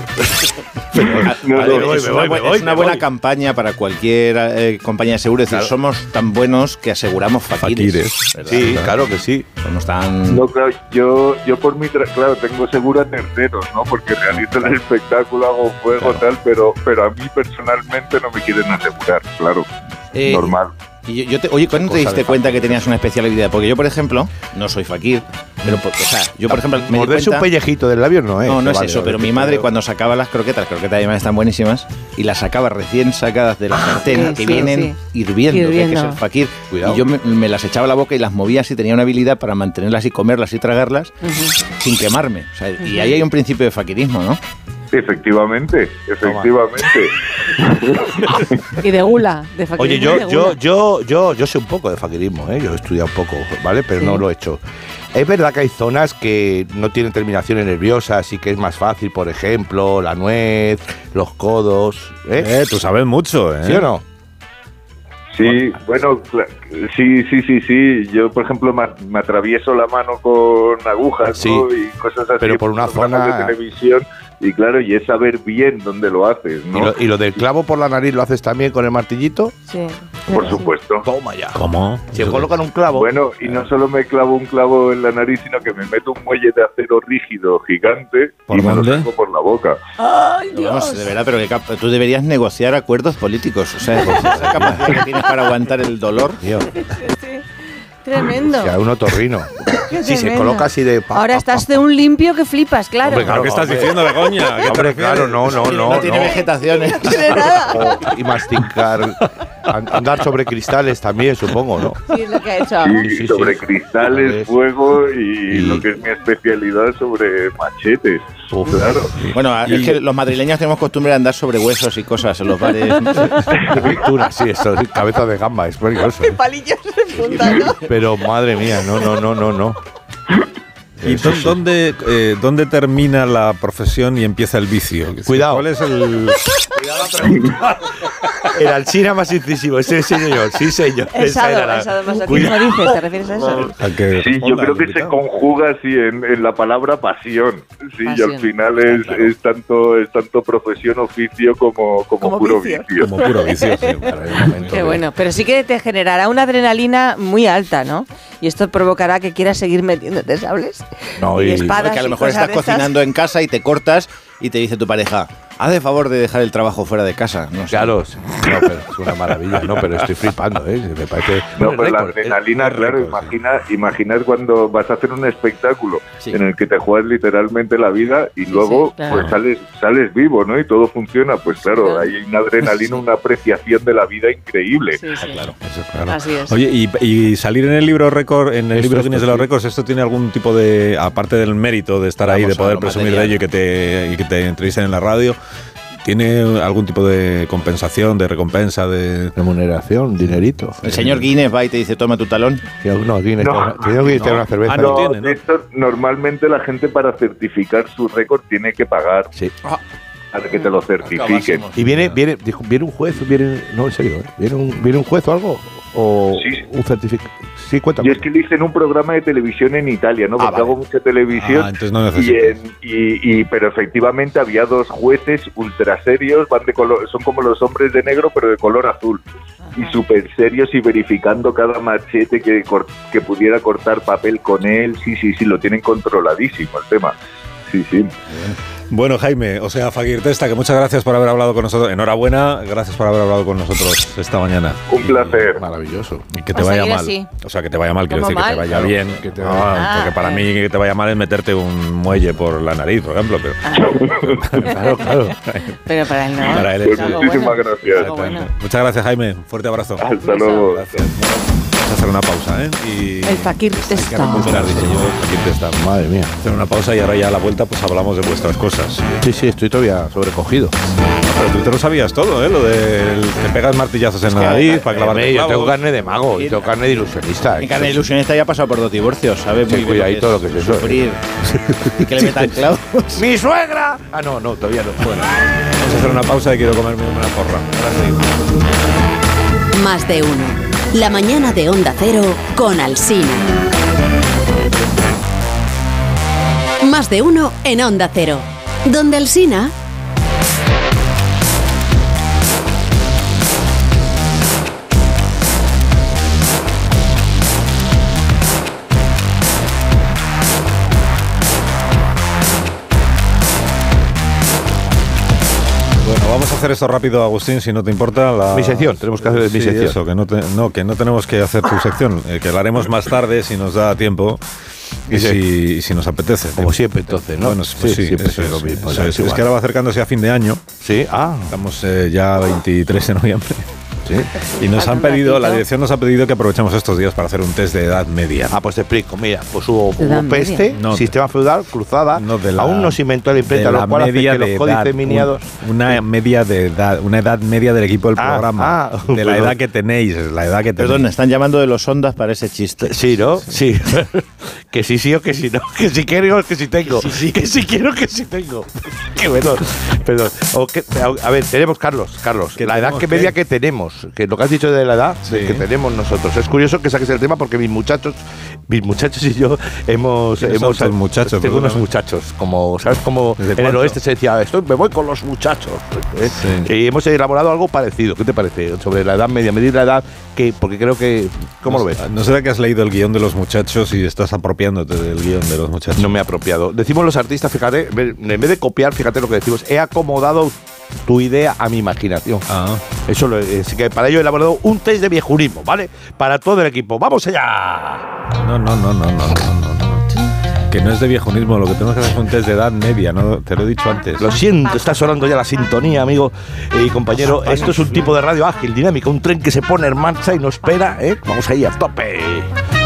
[SPEAKER 6] No,
[SPEAKER 2] Vale,
[SPEAKER 6] no,
[SPEAKER 4] me voy,
[SPEAKER 2] es
[SPEAKER 4] me
[SPEAKER 2] una
[SPEAKER 4] voy,
[SPEAKER 2] bu-
[SPEAKER 4] me voy,
[SPEAKER 2] es una
[SPEAKER 4] me
[SPEAKER 2] buena
[SPEAKER 4] voy.
[SPEAKER 2] campaña para cualquier eh, compañía de seguro. Es decir, somos tan buenos que aseguramos faquires.
[SPEAKER 1] Faquires.
[SPEAKER 2] ¿verdad?
[SPEAKER 4] Sí, claro que sí.
[SPEAKER 2] Somos tan...
[SPEAKER 6] No, claro, yo, yo por mi, tra- claro, tengo seguro a terceros, ¿no? Porque realizo el espectáculo, hago fuego, tal, pero, pero a mí personalmente no me quieren asegurar, claro,
[SPEAKER 2] Eh,
[SPEAKER 6] normal.
[SPEAKER 2] Y yo, yo te, oye, ¿cuándo
[SPEAKER 1] cosa
[SPEAKER 2] te diste
[SPEAKER 1] de
[SPEAKER 2] cuenta que tenías una especialidad? Porque yo, por ejemplo, no soy fakir, pero por- o sea, yo, por ejemplo, me di
[SPEAKER 4] Morderse un
[SPEAKER 2] cuenta-
[SPEAKER 4] pellejito del labio no es.
[SPEAKER 2] No, no es
[SPEAKER 4] vale,
[SPEAKER 2] eso,
[SPEAKER 4] vale,
[SPEAKER 2] pero mi
[SPEAKER 4] vale.
[SPEAKER 2] madre cuando sacaba las croquetas, las croquetas además están buenísimas, y las sacaba recién sacadas de la sartén,
[SPEAKER 3] Ah, sí,
[SPEAKER 2] que
[SPEAKER 3] sí,
[SPEAKER 2] vienen hirviendo, que hay que
[SPEAKER 3] Hirviendo.
[SPEAKER 2] ser fakir.
[SPEAKER 4] Cuidado.
[SPEAKER 2] Y yo me, me las echaba a la boca y las movía así, tenía una habilidad para mantenerlas y comerlas y tragarlas sin quemarme. O sea, y ahí hay un principio de faquirismo, ¿no?
[SPEAKER 6] Efectivamente, efectivamente.
[SPEAKER 3] Y de gula, de faquirismo
[SPEAKER 4] Oye,
[SPEAKER 3] y de
[SPEAKER 4] yo, yo,
[SPEAKER 3] gula.
[SPEAKER 4] yo, yo, yo sé un poco de faquirismo, ¿eh? yo he estudiado un poco, ¿vale? Pero
[SPEAKER 3] Sí.
[SPEAKER 4] no lo he hecho. Es verdad que hay zonas que no tienen terminaciones nerviosas y que es más fácil, por ejemplo, la nuez, los codos, ¿eh?
[SPEAKER 1] Eh, tú sabes mucho, ¿eh?
[SPEAKER 4] ¿Sí o no?
[SPEAKER 6] Sí, bueno, cla- sí, sí, sí, sí. Yo, por ejemplo, ma- me, atravieso la mano con agujas
[SPEAKER 4] Sí,
[SPEAKER 6] ¿no? y cosas así.
[SPEAKER 4] pero por una
[SPEAKER 6] programas
[SPEAKER 4] zona-
[SPEAKER 6] de televisión. Y claro, y es saber bien dónde lo haces,
[SPEAKER 4] ¿Y,
[SPEAKER 6] ¿no?
[SPEAKER 4] lo, y lo del clavo por la nariz lo haces también con el martillito.
[SPEAKER 3] Sí.
[SPEAKER 6] Por supuesto.
[SPEAKER 4] Toma ya.
[SPEAKER 1] ¿Cómo?
[SPEAKER 4] Se colocan un clavo.
[SPEAKER 6] Bueno, y no solo me clavo un clavo en la nariz, sino que me meto un muelle de acero rígido gigante
[SPEAKER 1] ¿Por
[SPEAKER 6] y me lo
[SPEAKER 1] dónde?
[SPEAKER 6] saco por la boca.
[SPEAKER 3] ¡Ay,
[SPEAKER 2] Pero
[SPEAKER 3] Dios!
[SPEAKER 2] Vamos, de verdad, pero que cap- tú deberías negociar acuerdos políticos. O sea, esa capacidad que tienes para aguantar el dolor.
[SPEAKER 4] Tío,
[SPEAKER 3] Tremendo.
[SPEAKER 4] que a un otorrino.
[SPEAKER 3] Qué
[SPEAKER 4] si se
[SPEAKER 3] tremendo.
[SPEAKER 4] coloca así de... pa,
[SPEAKER 3] Ahora
[SPEAKER 4] pa, pa,
[SPEAKER 3] estás de un limpio que flipas, claro.
[SPEAKER 4] Hombre,
[SPEAKER 1] Claro, ¿qué estás
[SPEAKER 4] Hombre.
[SPEAKER 1] diciendo, Begoña? ¿A qué te
[SPEAKER 4] Hombre,
[SPEAKER 1] refieres?
[SPEAKER 4] claro, no, no, no.
[SPEAKER 2] no tiene
[SPEAKER 4] no.
[SPEAKER 2] vegetaciones.
[SPEAKER 3] No tiene nada.
[SPEAKER 4] y masticar, an- andar sobre cristales también, supongo, ¿no?
[SPEAKER 3] Ah, Sí, es lo que ha hecho ahora.
[SPEAKER 6] Y
[SPEAKER 4] sí, sí.
[SPEAKER 6] sobre cristales,
[SPEAKER 4] Ves.
[SPEAKER 6] fuego y,
[SPEAKER 4] Y-
[SPEAKER 6] lo que es mi especialidad sobre machetes.
[SPEAKER 4] Uf.
[SPEAKER 6] Claro.
[SPEAKER 2] Bueno, es que los madrileños tenemos costumbre de andar sobre huesos y cosas en los bares.
[SPEAKER 4] Pintura, sí, eso, sí, cabeza de gamba, es peligroso.
[SPEAKER 3] Palillos de punta, ¿no?
[SPEAKER 4] Pero madre mía, no, no, no, no, no.
[SPEAKER 1] ¿Y dó- dónde, eh, dónde termina la profesión y empieza el vicio?
[SPEAKER 4] Cuidado.
[SPEAKER 1] ¿Cuál es el...?
[SPEAKER 4] El alcina más incisivo, ese señor, sí señor.
[SPEAKER 3] El
[SPEAKER 4] esa era
[SPEAKER 3] sábado,
[SPEAKER 4] la-
[SPEAKER 3] el sábado más
[SPEAKER 4] Cuida-
[SPEAKER 3] dices, ¿te refieres a eso?
[SPEAKER 1] a que
[SPEAKER 6] Sí, yo
[SPEAKER 1] responda
[SPEAKER 6] creo
[SPEAKER 1] el
[SPEAKER 6] que se
[SPEAKER 1] invitado?
[SPEAKER 6] conjuga así en, en la palabra pasión. Sí,
[SPEAKER 3] Pasión.
[SPEAKER 6] y al final es, es tanto es tanto profesión, oficio como, como,
[SPEAKER 3] Como
[SPEAKER 6] puro
[SPEAKER 3] vicio.
[SPEAKER 6] vicio.
[SPEAKER 1] Como puro vicio, sí, claro, hay un momento
[SPEAKER 3] Qué
[SPEAKER 1] que-
[SPEAKER 3] bueno, pero sí que te generará una adrenalina muy alta, ¿no? Y esto provocará que quieras seguir metiéndote sables
[SPEAKER 4] No,
[SPEAKER 3] y,
[SPEAKER 4] y-
[SPEAKER 3] espadas.
[SPEAKER 2] que a lo
[SPEAKER 3] y
[SPEAKER 2] mejor
[SPEAKER 3] cosas
[SPEAKER 2] estás
[SPEAKER 3] de estas.
[SPEAKER 2] cocinando en casa y te cortas y te dice tu pareja, haz de favor de dejar el trabajo fuera de casa. No sé.
[SPEAKER 4] Claro, sí. no, pero es una maravilla, no, pero estoy flipando, ¿eh? Me parece.
[SPEAKER 6] No,
[SPEAKER 4] Bueno,
[SPEAKER 6] pero la
[SPEAKER 4] récord, eh,
[SPEAKER 6] adrenalina,
[SPEAKER 4] récord,
[SPEAKER 6] claro,
[SPEAKER 4] sí.
[SPEAKER 6] imagina, imaginar cuando vas a hacer un espectáculo
[SPEAKER 2] Sí.
[SPEAKER 6] en el que te juegas literalmente la vida y luego
[SPEAKER 3] sí, claro.
[SPEAKER 6] pues sales, sales vivo, ¿no? Y todo funciona, pues
[SPEAKER 3] Claro.
[SPEAKER 6] claro, hay una adrenalina, una apreciación de la vida increíble.
[SPEAKER 3] Sí,
[SPEAKER 4] Ah,
[SPEAKER 3] sí.
[SPEAKER 1] Eso, claro.
[SPEAKER 3] Así es.
[SPEAKER 1] Oye, y, y salir en el libro récord, en el
[SPEAKER 4] Esto
[SPEAKER 1] libro
[SPEAKER 4] es
[SPEAKER 1] Guinness de los
[SPEAKER 4] posible.
[SPEAKER 1] récords, ¿esto tiene algún tipo de, aparte del mérito de estar ahí,
[SPEAKER 2] Vamos
[SPEAKER 1] de
[SPEAKER 2] a
[SPEAKER 1] poder
[SPEAKER 2] lo
[SPEAKER 1] presumir
[SPEAKER 2] material.
[SPEAKER 1] de ello y que, te, y que te entrevisten en la radio, ¿tiene algún tipo de compensación, de recompensa, de...?
[SPEAKER 4] Remuneración, dinerito.
[SPEAKER 2] El señor Guinness va y te dice, toma tu talón.
[SPEAKER 4] No, aquí
[SPEAKER 6] No.
[SPEAKER 4] necesito una cerveza.
[SPEAKER 1] Ah, no
[SPEAKER 6] No,
[SPEAKER 1] tiene, ¿no?
[SPEAKER 6] esto, normalmente la gente para certificar su récord tiene que pagar
[SPEAKER 4] Sí.
[SPEAKER 6] para que te lo certifiquen.
[SPEAKER 4] Y viene, viene, dijo, viene un juez, viene, no, en serio, ¿eh? viene, un, viene un juez o algo, o
[SPEAKER 6] Sí.
[SPEAKER 4] un certificado. Sí, cuéntame.
[SPEAKER 6] Yo es que lo hice en un programa de televisión en Italia, ¿no?
[SPEAKER 4] Ah,
[SPEAKER 6] Porque
[SPEAKER 4] vale.
[SPEAKER 6] hago mucha televisión.
[SPEAKER 1] Ah, entonces no
[SPEAKER 6] y
[SPEAKER 1] necesitas.
[SPEAKER 6] en- y- y- pero efectivamente había dos jueces ultra serios, van de color, son como los hombres de negro, pero de color azul. Y súper serios y verificando cada machete que, cor- que pudiera cortar papel con él. Sí, sí, sí, lo tienen controladísimo el tema. Sí, sí.
[SPEAKER 1] Bueno, Jaime, o sea, Fakir Testa, que muchas gracias por haber hablado con nosotros. Enhorabuena, gracias por haber hablado con nosotros esta mañana.
[SPEAKER 6] Un placer.
[SPEAKER 4] Maravilloso.
[SPEAKER 1] Y que te
[SPEAKER 3] A
[SPEAKER 1] vaya
[SPEAKER 3] seguir
[SPEAKER 1] mal.
[SPEAKER 3] así.
[SPEAKER 1] O sea, que te vaya mal, quiero
[SPEAKER 3] ¿Cómo
[SPEAKER 1] decir, que te
[SPEAKER 3] mal?
[SPEAKER 1] vaya bien.
[SPEAKER 4] que te
[SPEAKER 1] No,
[SPEAKER 4] vaya-
[SPEAKER 1] porque
[SPEAKER 3] Ah,
[SPEAKER 1] para
[SPEAKER 3] eh.
[SPEAKER 1] mí que te vaya mal es meterte un muelle por la nariz, por ejemplo. Pero,
[SPEAKER 4] Claro, claro.
[SPEAKER 3] Pero para él no.
[SPEAKER 1] Para él
[SPEAKER 3] Es
[SPEAKER 1] es-
[SPEAKER 3] algo
[SPEAKER 6] Pues, Muchísimas gracias.
[SPEAKER 3] algo bueno.
[SPEAKER 1] Muchas gracias, Jaime. Un fuerte abrazo.
[SPEAKER 6] Hasta luego.
[SPEAKER 1] Gracias. Vamos a hacer una pausa, ¿eh? Y
[SPEAKER 3] El fakir
[SPEAKER 1] hay que
[SPEAKER 3] testa.
[SPEAKER 1] recuperar, dije yo, el fakir testa.
[SPEAKER 4] Madre mía.
[SPEAKER 1] Hacer una pausa y ahora ya a la vuelta pues hablamos de vuestras cosas.
[SPEAKER 4] Sí, sí, estoy todavía sobrecogido.
[SPEAKER 1] Pero tú te lo sabías todo, ¿eh? Lo de te pegas martillazos en la nariz para clavar
[SPEAKER 4] Hombre, eh, yo tengo carne de mago, yo tengo carne de ilusionista. ¿eh?
[SPEAKER 2] En carne ilusionista ya ha pasado por dos divorcios, ¿sabes?
[SPEAKER 4] Sí,
[SPEAKER 2] Muy bien
[SPEAKER 4] cuidadito lo que es eso, ¿eh?
[SPEAKER 2] Sufrir. y que le metan clavos.
[SPEAKER 4] ¡Mi suegra! Ah, no, no, todavía no. Bueno.
[SPEAKER 1] Vamos a hacer una pausa y quiero comerme una porra. Ahora seguimos.
[SPEAKER 8] Más de uno. La mañana de Onda Cero con Alsina. Más de uno en Onda Cero. Donde Alsina.
[SPEAKER 1] Bueno, vamos a hacer esto rápido, Agustín, si no te importa. La...
[SPEAKER 4] Mi sección, tenemos que hacer mi
[SPEAKER 1] Sí,
[SPEAKER 4] sección.
[SPEAKER 1] eso, que no, te- no, que no tenemos que hacer tu sección, eh, que la haremos más tarde si nos da tiempo y,
[SPEAKER 4] Y sí.
[SPEAKER 1] si, y si nos apetece.
[SPEAKER 4] Como siempre, entonces, ¿no?
[SPEAKER 1] Bueno, pues sí,
[SPEAKER 4] siempre
[SPEAKER 1] eso
[SPEAKER 4] soy lo
[SPEAKER 1] es,
[SPEAKER 4] mismo,
[SPEAKER 1] eso
[SPEAKER 4] ya,
[SPEAKER 1] es.
[SPEAKER 4] es
[SPEAKER 1] Es
[SPEAKER 4] igual.
[SPEAKER 1] que ahora va acercándose a fin de año.
[SPEAKER 4] Sí, ah,
[SPEAKER 1] Estamos eh, ya 23 de noviembre. Y nos
[SPEAKER 3] Falta
[SPEAKER 1] han
[SPEAKER 3] un
[SPEAKER 1] pedido,
[SPEAKER 3] ratito.
[SPEAKER 1] la dirección nos ha pedido que aprovechemos estos días para hacer un test de edad media.
[SPEAKER 4] Ah, pues te explico. Mira, pues hubo,
[SPEAKER 3] Te dan
[SPEAKER 4] hubo peste,
[SPEAKER 1] media. No,
[SPEAKER 4] sistema feudal, cruzada.
[SPEAKER 1] No, de la-
[SPEAKER 4] Ah, aún no se inventó la imprenta,
[SPEAKER 1] de
[SPEAKER 4] lo
[SPEAKER 1] la
[SPEAKER 4] cual hace
[SPEAKER 1] media
[SPEAKER 4] que los
[SPEAKER 1] de
[SPEAKER 4] códices
[SPEAKER 1] edad, un-
[SPEAKER 4] miniados.
[SPEAKER 1] una media de edad, una edad media del equipo del
[SPEAKER 4] Ah,
[SPEAKER 1] programa,
[SPEAKER 4] ah,
[SPEAKER 1] de la
[SPEAKER 4] perdón.
[SPEAKER 1] edad que tenéis, la edad que tenéis.
[SPEAKER 2] Perdón, están llamando de los ondas para ese chiste.
[SPEAKER 4] Este, Sí, ¿no? Sí. que sí, sí o que sí no. Que si quiero o que si tengo. Que si quiero que si tengo. Qué bueno. Perdón. O que- a- a ver, tenemos, Carlos, Carlos,
[SPEAKER 1] ¿Qué
[SPEAKER 4] la edad
[SPEAKER 1] tenemos,
[SPEAKER 4] que
[SPEAKER 1] qué?
[SPEAKER 4] media que tenemos. Que lo que has dicho de la edad
[SPEAKER 1] Sí.
[SPEAKER 4] que tenemos nosotros. Es curioso que saques el tema porque mis muchachos, mis muchachos y yo hemos.
[SPEAKER 1] ¿Quiénes
[SPEAKER 4] hemos
[SPEAKER 1] son tus muchachos,
[SPEAKER 4] Tengo unos
[SPEAKER 1] perdóname?
[SPEAKER 4] muchachos. Como, ¿sabes? Como en
[SPEAKER 1] ¿Desde
[SPEAKER 4] el
[SPEAKER 1] cuándo?
[SPEAKER 4] oeste se decía, estoy, me voy con los muchachos. ¿eh?
[SPEAKER 1] Sí.
[SPEAKER 4] Y hemos elaborado algo parecido. ¿Qué te parece? Sobre la edad media, medir la edad, que, porque creo que. ¿Cómo
[SPEAKER 1] ¿No-
[SPEAKER 4] lo ves?
[SPEAKER 1] ¿No será que has leído el guión de los muchachos y estás apropiándote del guión de los muchachos?
[SPEAKER 4] No me he apropiado. Decimos los artistas, fíjate, en vez de copiar, fíjate lo que decimos, he acomodado tu idea a mi imaginación.
[SPEAKER 1] Ah.
[SPEAKER 4] Eso lo he- así que para ello he elaborado un test de viejurismo, ¿vale? Para todo el equipo. ¡Vamos allá!
[SPEAKER 1] No, no, no, no, no, no, no, no. Que no es de viejunismo, lo que tenemos que hacer es un test de edad media, ¿no? Te lo he dicho antes.
[SPEAKER 4] Lo siento, está sonando ya la sintonía, amigo y compañero. Esto es un tipo de radio ágil, dinámico, un tren que se pone en marcha y no espera, ¿eh? Vamos ahí a tope.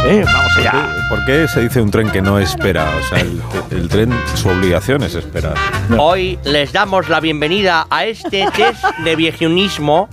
[SPEAKER 4] ¿eh? Vamos allá.
[SPEAKER 1] ¿Por qué se dice un tren que no espera? O sea, el, el tren, su obligación es esperar.
[SPEAKER 7] Hoy les damos la bienvenida a este test de viejunismo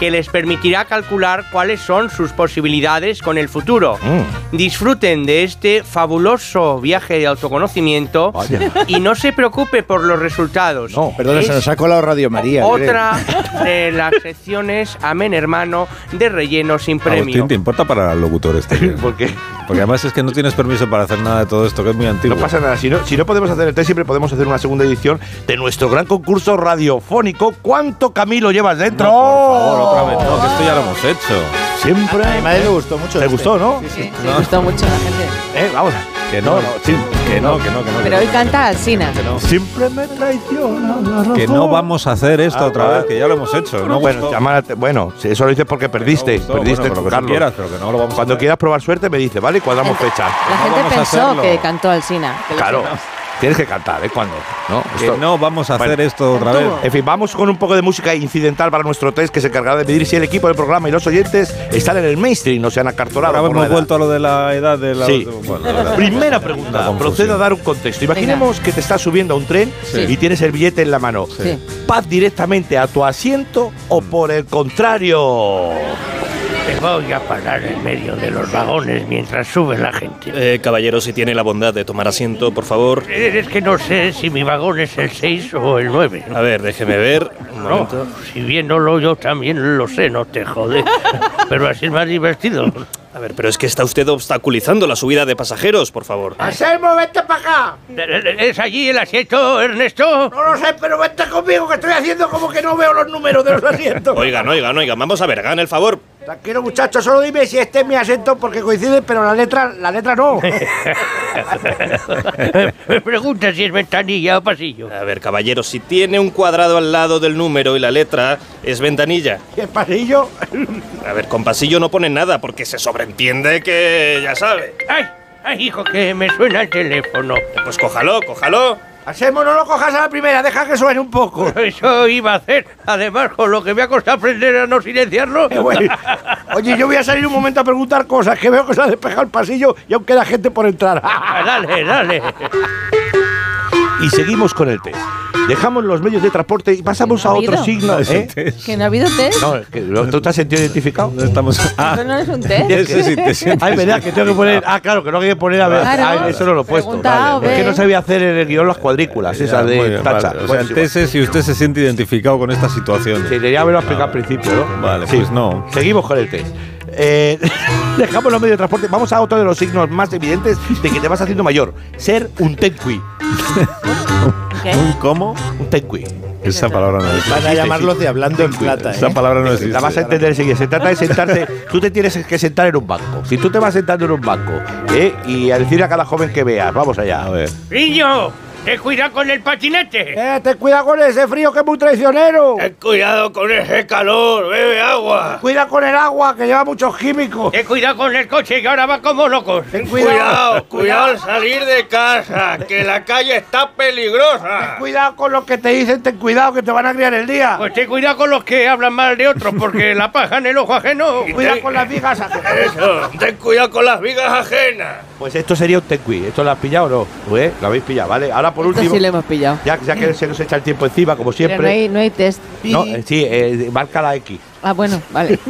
[SPEAKER 7] que les permitirá calcular cuáles son sus posibilidades con el futuro.
[SPEAKER 4] Mm.
[SPEAKER 7] Disfruten de este fabuloso viaje de autoconocimiento
[SPEAKER 4] Vaya.
[SPEAKER 7] y no se preocupe por los resultados.
[SPEAKER 4] No,
[SPEAKER 2] Perdón,
[SPEAKER 7] Es
[SPEAKER 2] se nos ha colado Radio María.
[SPEAKER 7] Otra de las secciones, amén hermano, de relleno sin premio.
[SPEAKER 1] Agustín, ¿te importa para el locutor este? guión?
[SPEAKER 4] Porque
[SPEAKER 1] Porque además es que no tienes permiso para hacer nada de todo esto, que es muy antiguo.
[SPEAKER 4] No pasa nada. Si no, si no podemos hacer el test, siempre podemos hacer una segunda edición de nuestro gran concurso radiofónico. ¿Cuánto Camilo llevas dentro?
[SPEAKER 1] Por favor, otra vez. No, que esto ya lo hemos hecho.
[SPEAKER 4] Siempre.
[SPEAKER 2] A mi madre le gustó mucho.
[SPEAKER 4] ¿Te
[SPEAKER 2] este.
[SPEAKER 4] gustó, no?
[SPEAKER 3] Sí, sí, gustó mucho a la gente.
[SPEAKER 4] Eh, vamos.
[SPEAKER 1] Que no, sí, que no, que no, que no.
[SPEAKER 3] Pero hoy canta Alsina.
[SPEAKER 4] Siempre me traiciona la razón.
[SPEAKER 1] Que no vamos a hacer esto otra vez, que ya lo hemos hecho. No
[SPEAKER 4] Ah, bueno,
[SPEAKER 1] gustó.
[SPEAKER 4] llamar a- bueno, si eso lo dices porque perdiste.
[SPEAKER 1] No gustó.
[SPEAKER 4] perdiste,
[SPEAKER 1] Bueno, pero que tú
[SPEAKER 4] Carlos.
[SPEAKER 1] quieras, pero que no lo vamos a
[SPEAKER 4] Cuando
[SPEAKER 1] hacer.
[SPEAKER 4] quieras probar suerte, me dices, ¿vale? Y cuadramos fecha.
[SPEAKER 3] La
[SPEAKER 1] No
[SPEAKER 3] gente
[SPEAKER 1] vamos a
[SPEAKER 3] pensó
[SPEAKER 1] hacerlo.
[SPEAKER 3] que cantó Alsina. que lo
[SPEAKER 4] Claro.
[SPEAKER 3] sepas.
[SPEAKER 4] Tienes que cantar, ¿eh? Cuando. No,
[SPEAKER 1] Que
[SPEAKER 4] Esto-
[SPEAKER 1] no vamos a hacer
[SPEAKER 4] Bueno.
[SPEAKER 1] esto otra vez.
[SPEAKER 4] En fin, vamos con un poco de música incidental para nuestro test que se encargará de medir si el equipo del programa y los oyentes están en el mainstream, no se han acartonado.
[SPEAKER 1] Ahora
[SPEAKER 4] por la
[SPEAKER 1] hemos
[SPEAKER 4] edad.
[SPEAKER 1] vuelto a lo de la edad de la.
[SPEAKER 4] Sí.
[SPEAKER 1] Bueno, la verdad.
[SPEAKER 4] Primera
[SPEAKER 1] La
[SPEAKER 4] pregunta.
[SPEAKER 1] confusión.
[SPEAKER 4] Procedo a dar un contexto. Imaginemos que te estás subiendo a un tren
[SPEAKER 3] Sí.
[SPEAKER 4] y tienes el billete en la mano.
[SPEAKER 3] Sí.
[SPEAKER 4] ¿Paz directamente a tu asiento o
[SPEAKER 9] Mm.
[SPEAKER 4] por el contrario?
[SPEAKER 7] Me voy a parar en medio de los vagones mientras sube la gente.
[SPEAKER 9] Eh, caballero, si tiene la bondad de tomar asiento, por favor.
[SPEAKER 7] Eh, Es que no sé si mi vagón es el 6 o el 9.
[SPEAKER 9] A ver, déjeme ver. Un
[SPEAKER 7] No,
[SPEAKER 9] momento.
[SPEAKER 7] si bien no lo yo también lo sé, no te jode. Pero así es más divertido.
[SPEAKER 9] A ver, pero es que está usted obstaculizando la subida de pasajeros, por favor.
[SPEAKER 4] Ah. ¡Anselmo, vente para acá!
[SPEAKER 7] ¿Es allí el asiento, Ernesto?
[SPEAKER 4] No lo sé, pero vente conmigo que estoy haciendo como que no veo los números de los asientos.
[SPEAKER 9] Oigan, oigan, oigan, vamos a ver, hagan el favor.
[SPEAKER 4] Tranquilo, muchachos, solo dime si este es mi asiento porque coincide, pero la letra, la letra no.
[SPEAKER 7] Me pregunta si es ventanilla o pasillo.
[SPEAKER 9] A ver, caballero, si tiene un cuadrado al lado del número y la letra es ventanilla.
[SPEAKER 4] ¿Y el pasillo?
[SPEAKER 9] A ver, con pasillo no pone nada porque se sobreentiende que ya sabe.
[SPEAKER 7] ¡Ay! ¡Ay, hijo, que me suena el teléfono!
[SPEAKER 9] Pues cójalo, cójalo.
[SPEAKER 4] Anselmo, no lo cojas a la primera, deja que suene un poco.
[SPEAKER 7] Eso iba a hacer. Además, con lo que me ha costado aprender a no silenciarlo.
[SPEAKER 4] Eh, güey. Oye, yo voy a salir un momento a preguntar cosas, que veo que se ha despejado el pasillo y aún queda gente por entrar.
[SPEAKER 7] Ah, Dale, dale.
[SPEAKER 4] y seguimos con el test. Dejamos los medios de transporte y pasamos a otro
[SPEAKER 3] ¿Oído?
[SPEAKER 4] signo. ¿eh?
[SPEAKER 3] ¿Que no ha habido test?
[SPEAKER 4] No, es que lo- ¿Tú te has sentido identificado?
[SPEAKER 1] No estamos. Ah,
[SPEAKER 3] Eso no ¿eh? es un test.
[SPEAKER 1] ese sí te sientes.
[SPEAKER 4] Ay, verdad, que tengo que poner. Ah, claro, que no hay que poner a ver.
[SPEAKER 3] Claro.
[SPEAKER 4] ah, eso no lo he puesto.
[SPEAKER 3] Pregunta
[SPEAKER 4] vale.
[SPEAKER 3] A,
[SPEAKER 4] Es que
[SPEAKER 3] B.
[SPEAKER 4] no sabía hacer en el guión las cuadrículas,
[SPEAKER 1] Ya,
[SPEAKER 4] esas
[SPEAKER 1] muy
[SPEAKER 4] de
[SPEAKER 1] bien, vale.
[SPEAKER 4] tacha.
[SPEAKER 1] O sea,
[SPEAKER 4] Bueno,
[SPEAKER 1] el
[SPEAKER 4] sí,
[SPEAKER 1] test es si usted se siente identificado con esta situación.
[SPEAKER 4] Sí, debería haberlo explicado al principio, ¿no?
[SPEAKER 1] Vale,
[SPEAKER 4] Sí.
[SPEAKER 1] pues no.
[SPEAKER 4] Seguimos con el test. Eh, dejamos los medios de transporte. Vamos a otro de los signos más evidentes de que te vas haciendo mayor. Ser un tencui.
[SPEAKER 1] ¿Un cómo?
[SPEAKER 4] Un tencui.
[SPEAKER 1] Esa palabra no existe.
[SPEAKER 2] Van a llamarlos de hablando en plata.
[SPEAKER 1] Esa
[SPEAKER 2] ¿eh?
[SPEAKER 1] palabra no existe.
[SPEAKER 4] La vas a entender enseguida. Se trata de sentarte. Tú te tienes que sentar en un banco. Si tú te vas sentando en un banco ¿eh? y a decir a cada joven que veas, vamos allá.
[SPEAKER 1] A ver.
[SPEAKER 7] Niño, ¡Ten cuidado con el patinete!
[SPEAKER 4] Eh, ten cuidado con ese frío que es muy traicionero.
[SPEAKER 9] Ten cuidado con ese calor, bebe agua.
[SPEAKER 4] Cuida con el agua, que lleva muchos químicos.
[SPEAKER 7] ¡Ten cuidado con el coche que ahora va como locos!
[SPEAKER 4] Ten
[SPEAKER 9] Cuidado, cuidado al salir de casa, que la calle está peligrosa.
[SPEAKER 4] Ah. Cuidado con lo que te dicen, ten cuidado que te van a criar el día.
[SPEAKER 7] Pues ten cuidado con los que hablan mal de otros, porque la paja en el ojo ajeno...
[SPEAKER 4] Cuidado con las vigas.
[SPEAKER 9] Eso, ten cuidado con las vigas ajenas.
[SPEAKER 4] eh, Pues esto sería un tequi. ¿Esto lo has pillado o no? Pues lo habéis pillado, ¿vale? Ahora por
[SPEAKER 3] Esto
[SPEAKER 4] último,
[SPEAKER 3] sí lo hemos pillado.
[SPEAKER 4] ya, ya que se nos echa el tiempo encima, como
[SPEAKER 3] Pero no
[SPEAKER 4] siempre.
[SPEAKER 3] hay, no hay test.
[SPEAKER 4] No, eh, sí, eh, marca la X.
[SPEAKER 3] Ah, bueno, vale.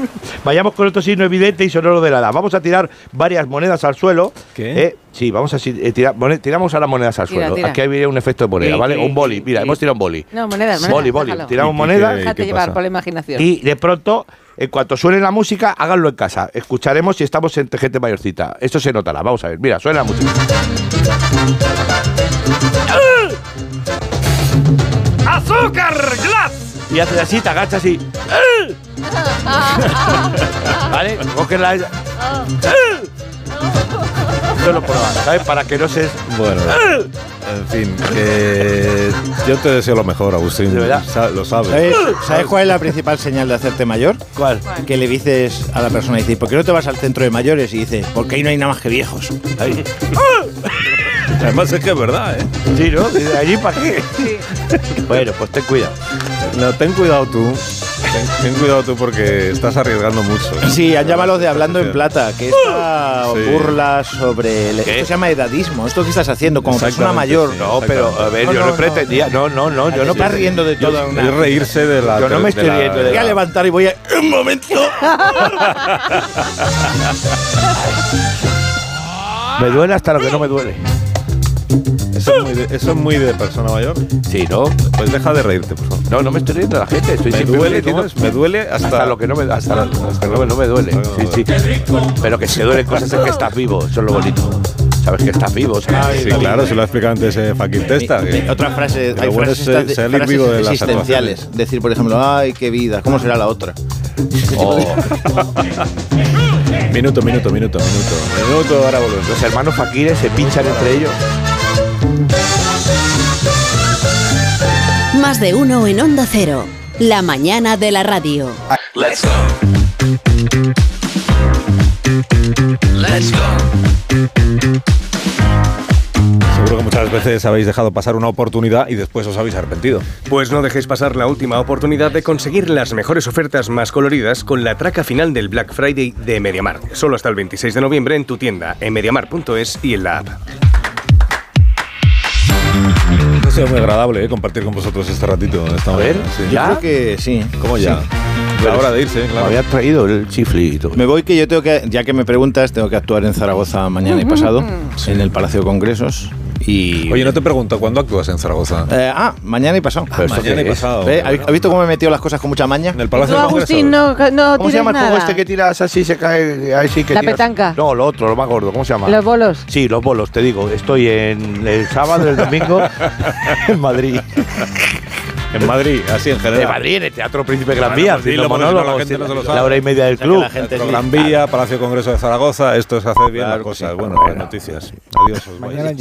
[SPEAKER 4] Vayamos con otro signo evidente y sonoro de la edad. Vamos a tirar varias monedas al suelo.
[SPEAKER 1] ¿Qué?
[SPEAKER 4] Eh, sí, vamos a si- eh, tirar. mone- tiramos ahora monedas al
[SPEAKER 3] Tira,
[SPEAKER 4] suelo.
[SPEAKER 3] tira.
[SPEAKER 4] Aquí habría un efecto de moneda,
[SPEAKER 7] Sí,
[SPEAKER 4] ¿vale?
[SPEAKER 7] sí,
[SPEAKER 4] un boli.
[SPEAKER 7] sí,
[SPEAKER 4] Mira,
[SPEAKER 7] sí.
[SPEAKER 4] hemos tirado un boli.
[SPEAKER 3] No, monedas, monedas.
[SPEAKER 4] boli, boli.
[SPEAKER 3] déjalo.
[SPEAKER 4] Tiramos
[SPEAKER 1] ¿Y qué-
[SPEAKER 4] monedas.
[SPEAKER 1] qué
[SPEAKER 3] Déjate
[SPEAKER 1] pasa?
[SPEAKER 3] llevar por la imaginación.
[SPEAKER 4] Y de pronto, en cuanto suene la música, háganlo en casa. Escucharemos si estamos entre gente mayorcita. Esto se notará. Vamos a ver. Mira, suena la música. ¡Ah!
[SPEAKER 9] ¡Azúcar glass!
[SPEAKER 4] Y haces así, te agachas y. ¿Vale? Coges la. Yo lo probaba, ¿sabes? Para que no se.
[SPEAKER 1] Bueno, en fin, que yo te deseo lo mejor, Agustín.
[SPEAKER 4] De verdad.
[SPEAKER 1] Sa- Lo sabes.
[SPEAKER 2] ¿Sabes, sabes cuál es la principal señal de hacerte mayor?
[SPEAKER 4] ¿Cuál?
[SPEAKER 2] Que le dices a la persona, dices, ¿por qué no te vas al centro de mayores? Y dice, porque ahí no hay nada más que viejos.
[SPEAKER 4] Ahí.
[SPEAKER 1] Además es que es verdad, ¿eh?
[SPEAKER 4] Sí, ¿no? ¿De allí para qué? Bueno, pues ten cuidado.
[SPEAKER 1] No, ten cuidado tú. Ten, ten cuidado tú porque estás arriesgando mucho.
[SPEAKER 2] Sí, han llamado los de Hablando en Plata, que esta
[SPEAKER 1] Sí.
[SPEAKER 2] burla sobre... el- Esto se llama edadismo, esto que estás haciendo como persona
[SPEAKER 1] Exactamente,
[SPEAKER 2] mayor.
[SPEAKER 1] sí.
[SPEAKER 4] No, pero a ver,
[SPEAKER 2] No,
[SPEAKER 4] yo
[SPEAKER 2] no,
[SPEAKER 4] no,
[SPEAKER 2] no.
[SPEAKER 4] pretendía. No, no, no,
[SPEAKER 2] te
[SPEAKER 4] yo no
[SPEAKER 2] estás
[SPEAKER 4] pretendía.
[SPEAKER 2] riendo de toda una...
[SPEAKER 1] Es reírse de la.
[SPEAKER 4] Yo no me estoy
[SPEAKER 1] la-
[SPEAKER 4] riendo de
[SPEAKER 2] Voy a levantar y voy a... ¡Un momento!
[SPEAKER 4] Me duele hasta lo que no me duele.
[SPEAKER 1] Eso es muy de, eso es muy de persona mayor.
[SPEAKER 4] Sí, ¿no?
[SPEAKER 1] Pues deja de reírte, por favor.
[SPEAKER 4] No, no me estoy riendo de la gente. Estoy
[SPEAKER 1] Me
[SPEAKER 4] simplemente
[SPEAKER 1] duele,
[SPEAKER 4] diciendo-
[SPEAKER 1] ¿cómo es? Me duele hasta-
[SPEAKER 4] hasta lo que no me, hasta, hasta lo que no me duele. Sí, sí. Pero que se duelen cosas es que estás vivo. Eso es lo bonito. Sabes que estás vivo. ¿sabes?
[SPEAKER 1] Sí, claro, se lo ha explicado antes eh, Fakir Testa.
[SPEAKER 2] Mi-
[SPEAKER 1] que-
[SPEAKER 2] mi- otra frase,
[SPEAKER 1] Lo
[SPEAKER 2] hay
[SPEAKER 1] bueno es,
[SPEAKER 2] frases,
[SPEAKER 1] eh,
[SPEAKER 2] estas de-
[SPEAKER 1] salir
[SPEAKER 2] frases
[SPEAKER 1] vivo de las
[SPEAKER 2] existenciales. Decir, por ejemplo, ay, qué vida, ¿cómo será la otra?
[SPEAKER 4] Oh,
[SPEAKER 1] Minuto, minuto, minuto, minuto. Minuto, ahora volvemos.
[SPEAKER 4] los hermanos faquires se pinchan entre ellos.
[SPEAKER 8] Más de uno en Onda Cero. La mañana de la radio.
[SPEAKER 1] Seguro que muchas veces habéis dejado pasar una oportunidad y después os habéis arrepentido.
[SPEAKER 9] Pues no dejéis pasar la última oportunidad de conseguir las mejores ofertas más coloridas con la traca final del Black Friday de Mediamar. Solo hasta el 26 de noviembre en tu tienda, en mediamar.es y en la app.
[SPEAKER 1] Ha sido muy agradable eh, compartir con vosotros este ratito. Esta
[SPEAKER 4] A ver,
[SPEAKER 1] mañana, sí.
[SPEAKER 4] ¿ya?
[SPEAKER 2] Creo que sí.
[SPEAKER 1] ¿Cómo ya? La hora de irse,
[SPEAKER 4] Me
[SPEAKER 1] claro.
[SPEAKER 4] había traído el chiflito.
[SPEAKER 2] Me voy que yo tengo que, ya que me preguntas, tengo que actuar en Zaragoza mañana y pasado, en el Palacio de Congresos. Y...
[SPEAKER 1] Oye, no te pregunto, ¿cuándo actúas en Zaragoza?
[SPEAKER 2] Eh, ah, mañana y pasado.
[SPEAKER 4] Pero esto
[SPEAKER 1] Mañana
[SPEAKER 4] qué
[SPEAKER 1] y
[SPEAKER 4] es?
[SPEAKER 1] pasado.
[SPEAKER 2] ¿Eh? ¿Has has visto cómo me he metido las cosas con mucha maña?
[SPEAKER 1] En el
[SPEAKER 3] Tú,
[SPEAKER 1] Palacio de Congresos.
[SPEAKER 3] Agustín, no, no
[SPEAKER 4] ¿Cómo se
[SPEAKER 3] tires
[SPEAKER 4] llama el
[SPEAKER 3] nada.
[SPEAKER 4] juego este que tiras así y se cae? Así que
[SPEAKER 3] La
[SPEAKER 4] tiras?
[SPEAKER 3] petanca.
[SPEAKER 4] No, lo otro, lo más gordo. ¿Cómo se llama?
[SPEAKER 3] Los bolos.
[SPEAKER 4] Sí, los bolos, te digo. Estoy en el sábado, el domingo, en Madrid.
[SPEAKER 1] En Madrid, así en general.
[SPEAKER 4] En Madrid, en el Teatro Príncipe Gran
[SPEAKER 1] Claro,
[SPEAKER 4] Vía,
[SPEAKER 1] pues dilo,
[SPEAKER 4] haciendo
[SPEAKER 1] porque si no la
[SPEAKER 4] monólogos,
[SPEAKER 1] gente no se lo sabe.
[SPEAKER 4] la hora y media del
[SPEAKER 2] que
[SPEAKER 4] club.
[SPEAKER 2] la gente-
[SPEAKER 1] Teatro Gran Vía, Palacio de Congreso de Zaragoza. Esto es hacer bien las
[SPEAKER 4] que
[SPEAKER 1] cosas.
[SPEAKER 4] sí.
[SPEAKER 1] Bueno,
[SPEAKER 4] Venga.
[SPEAKER 1] noticias. Adiós. os vais.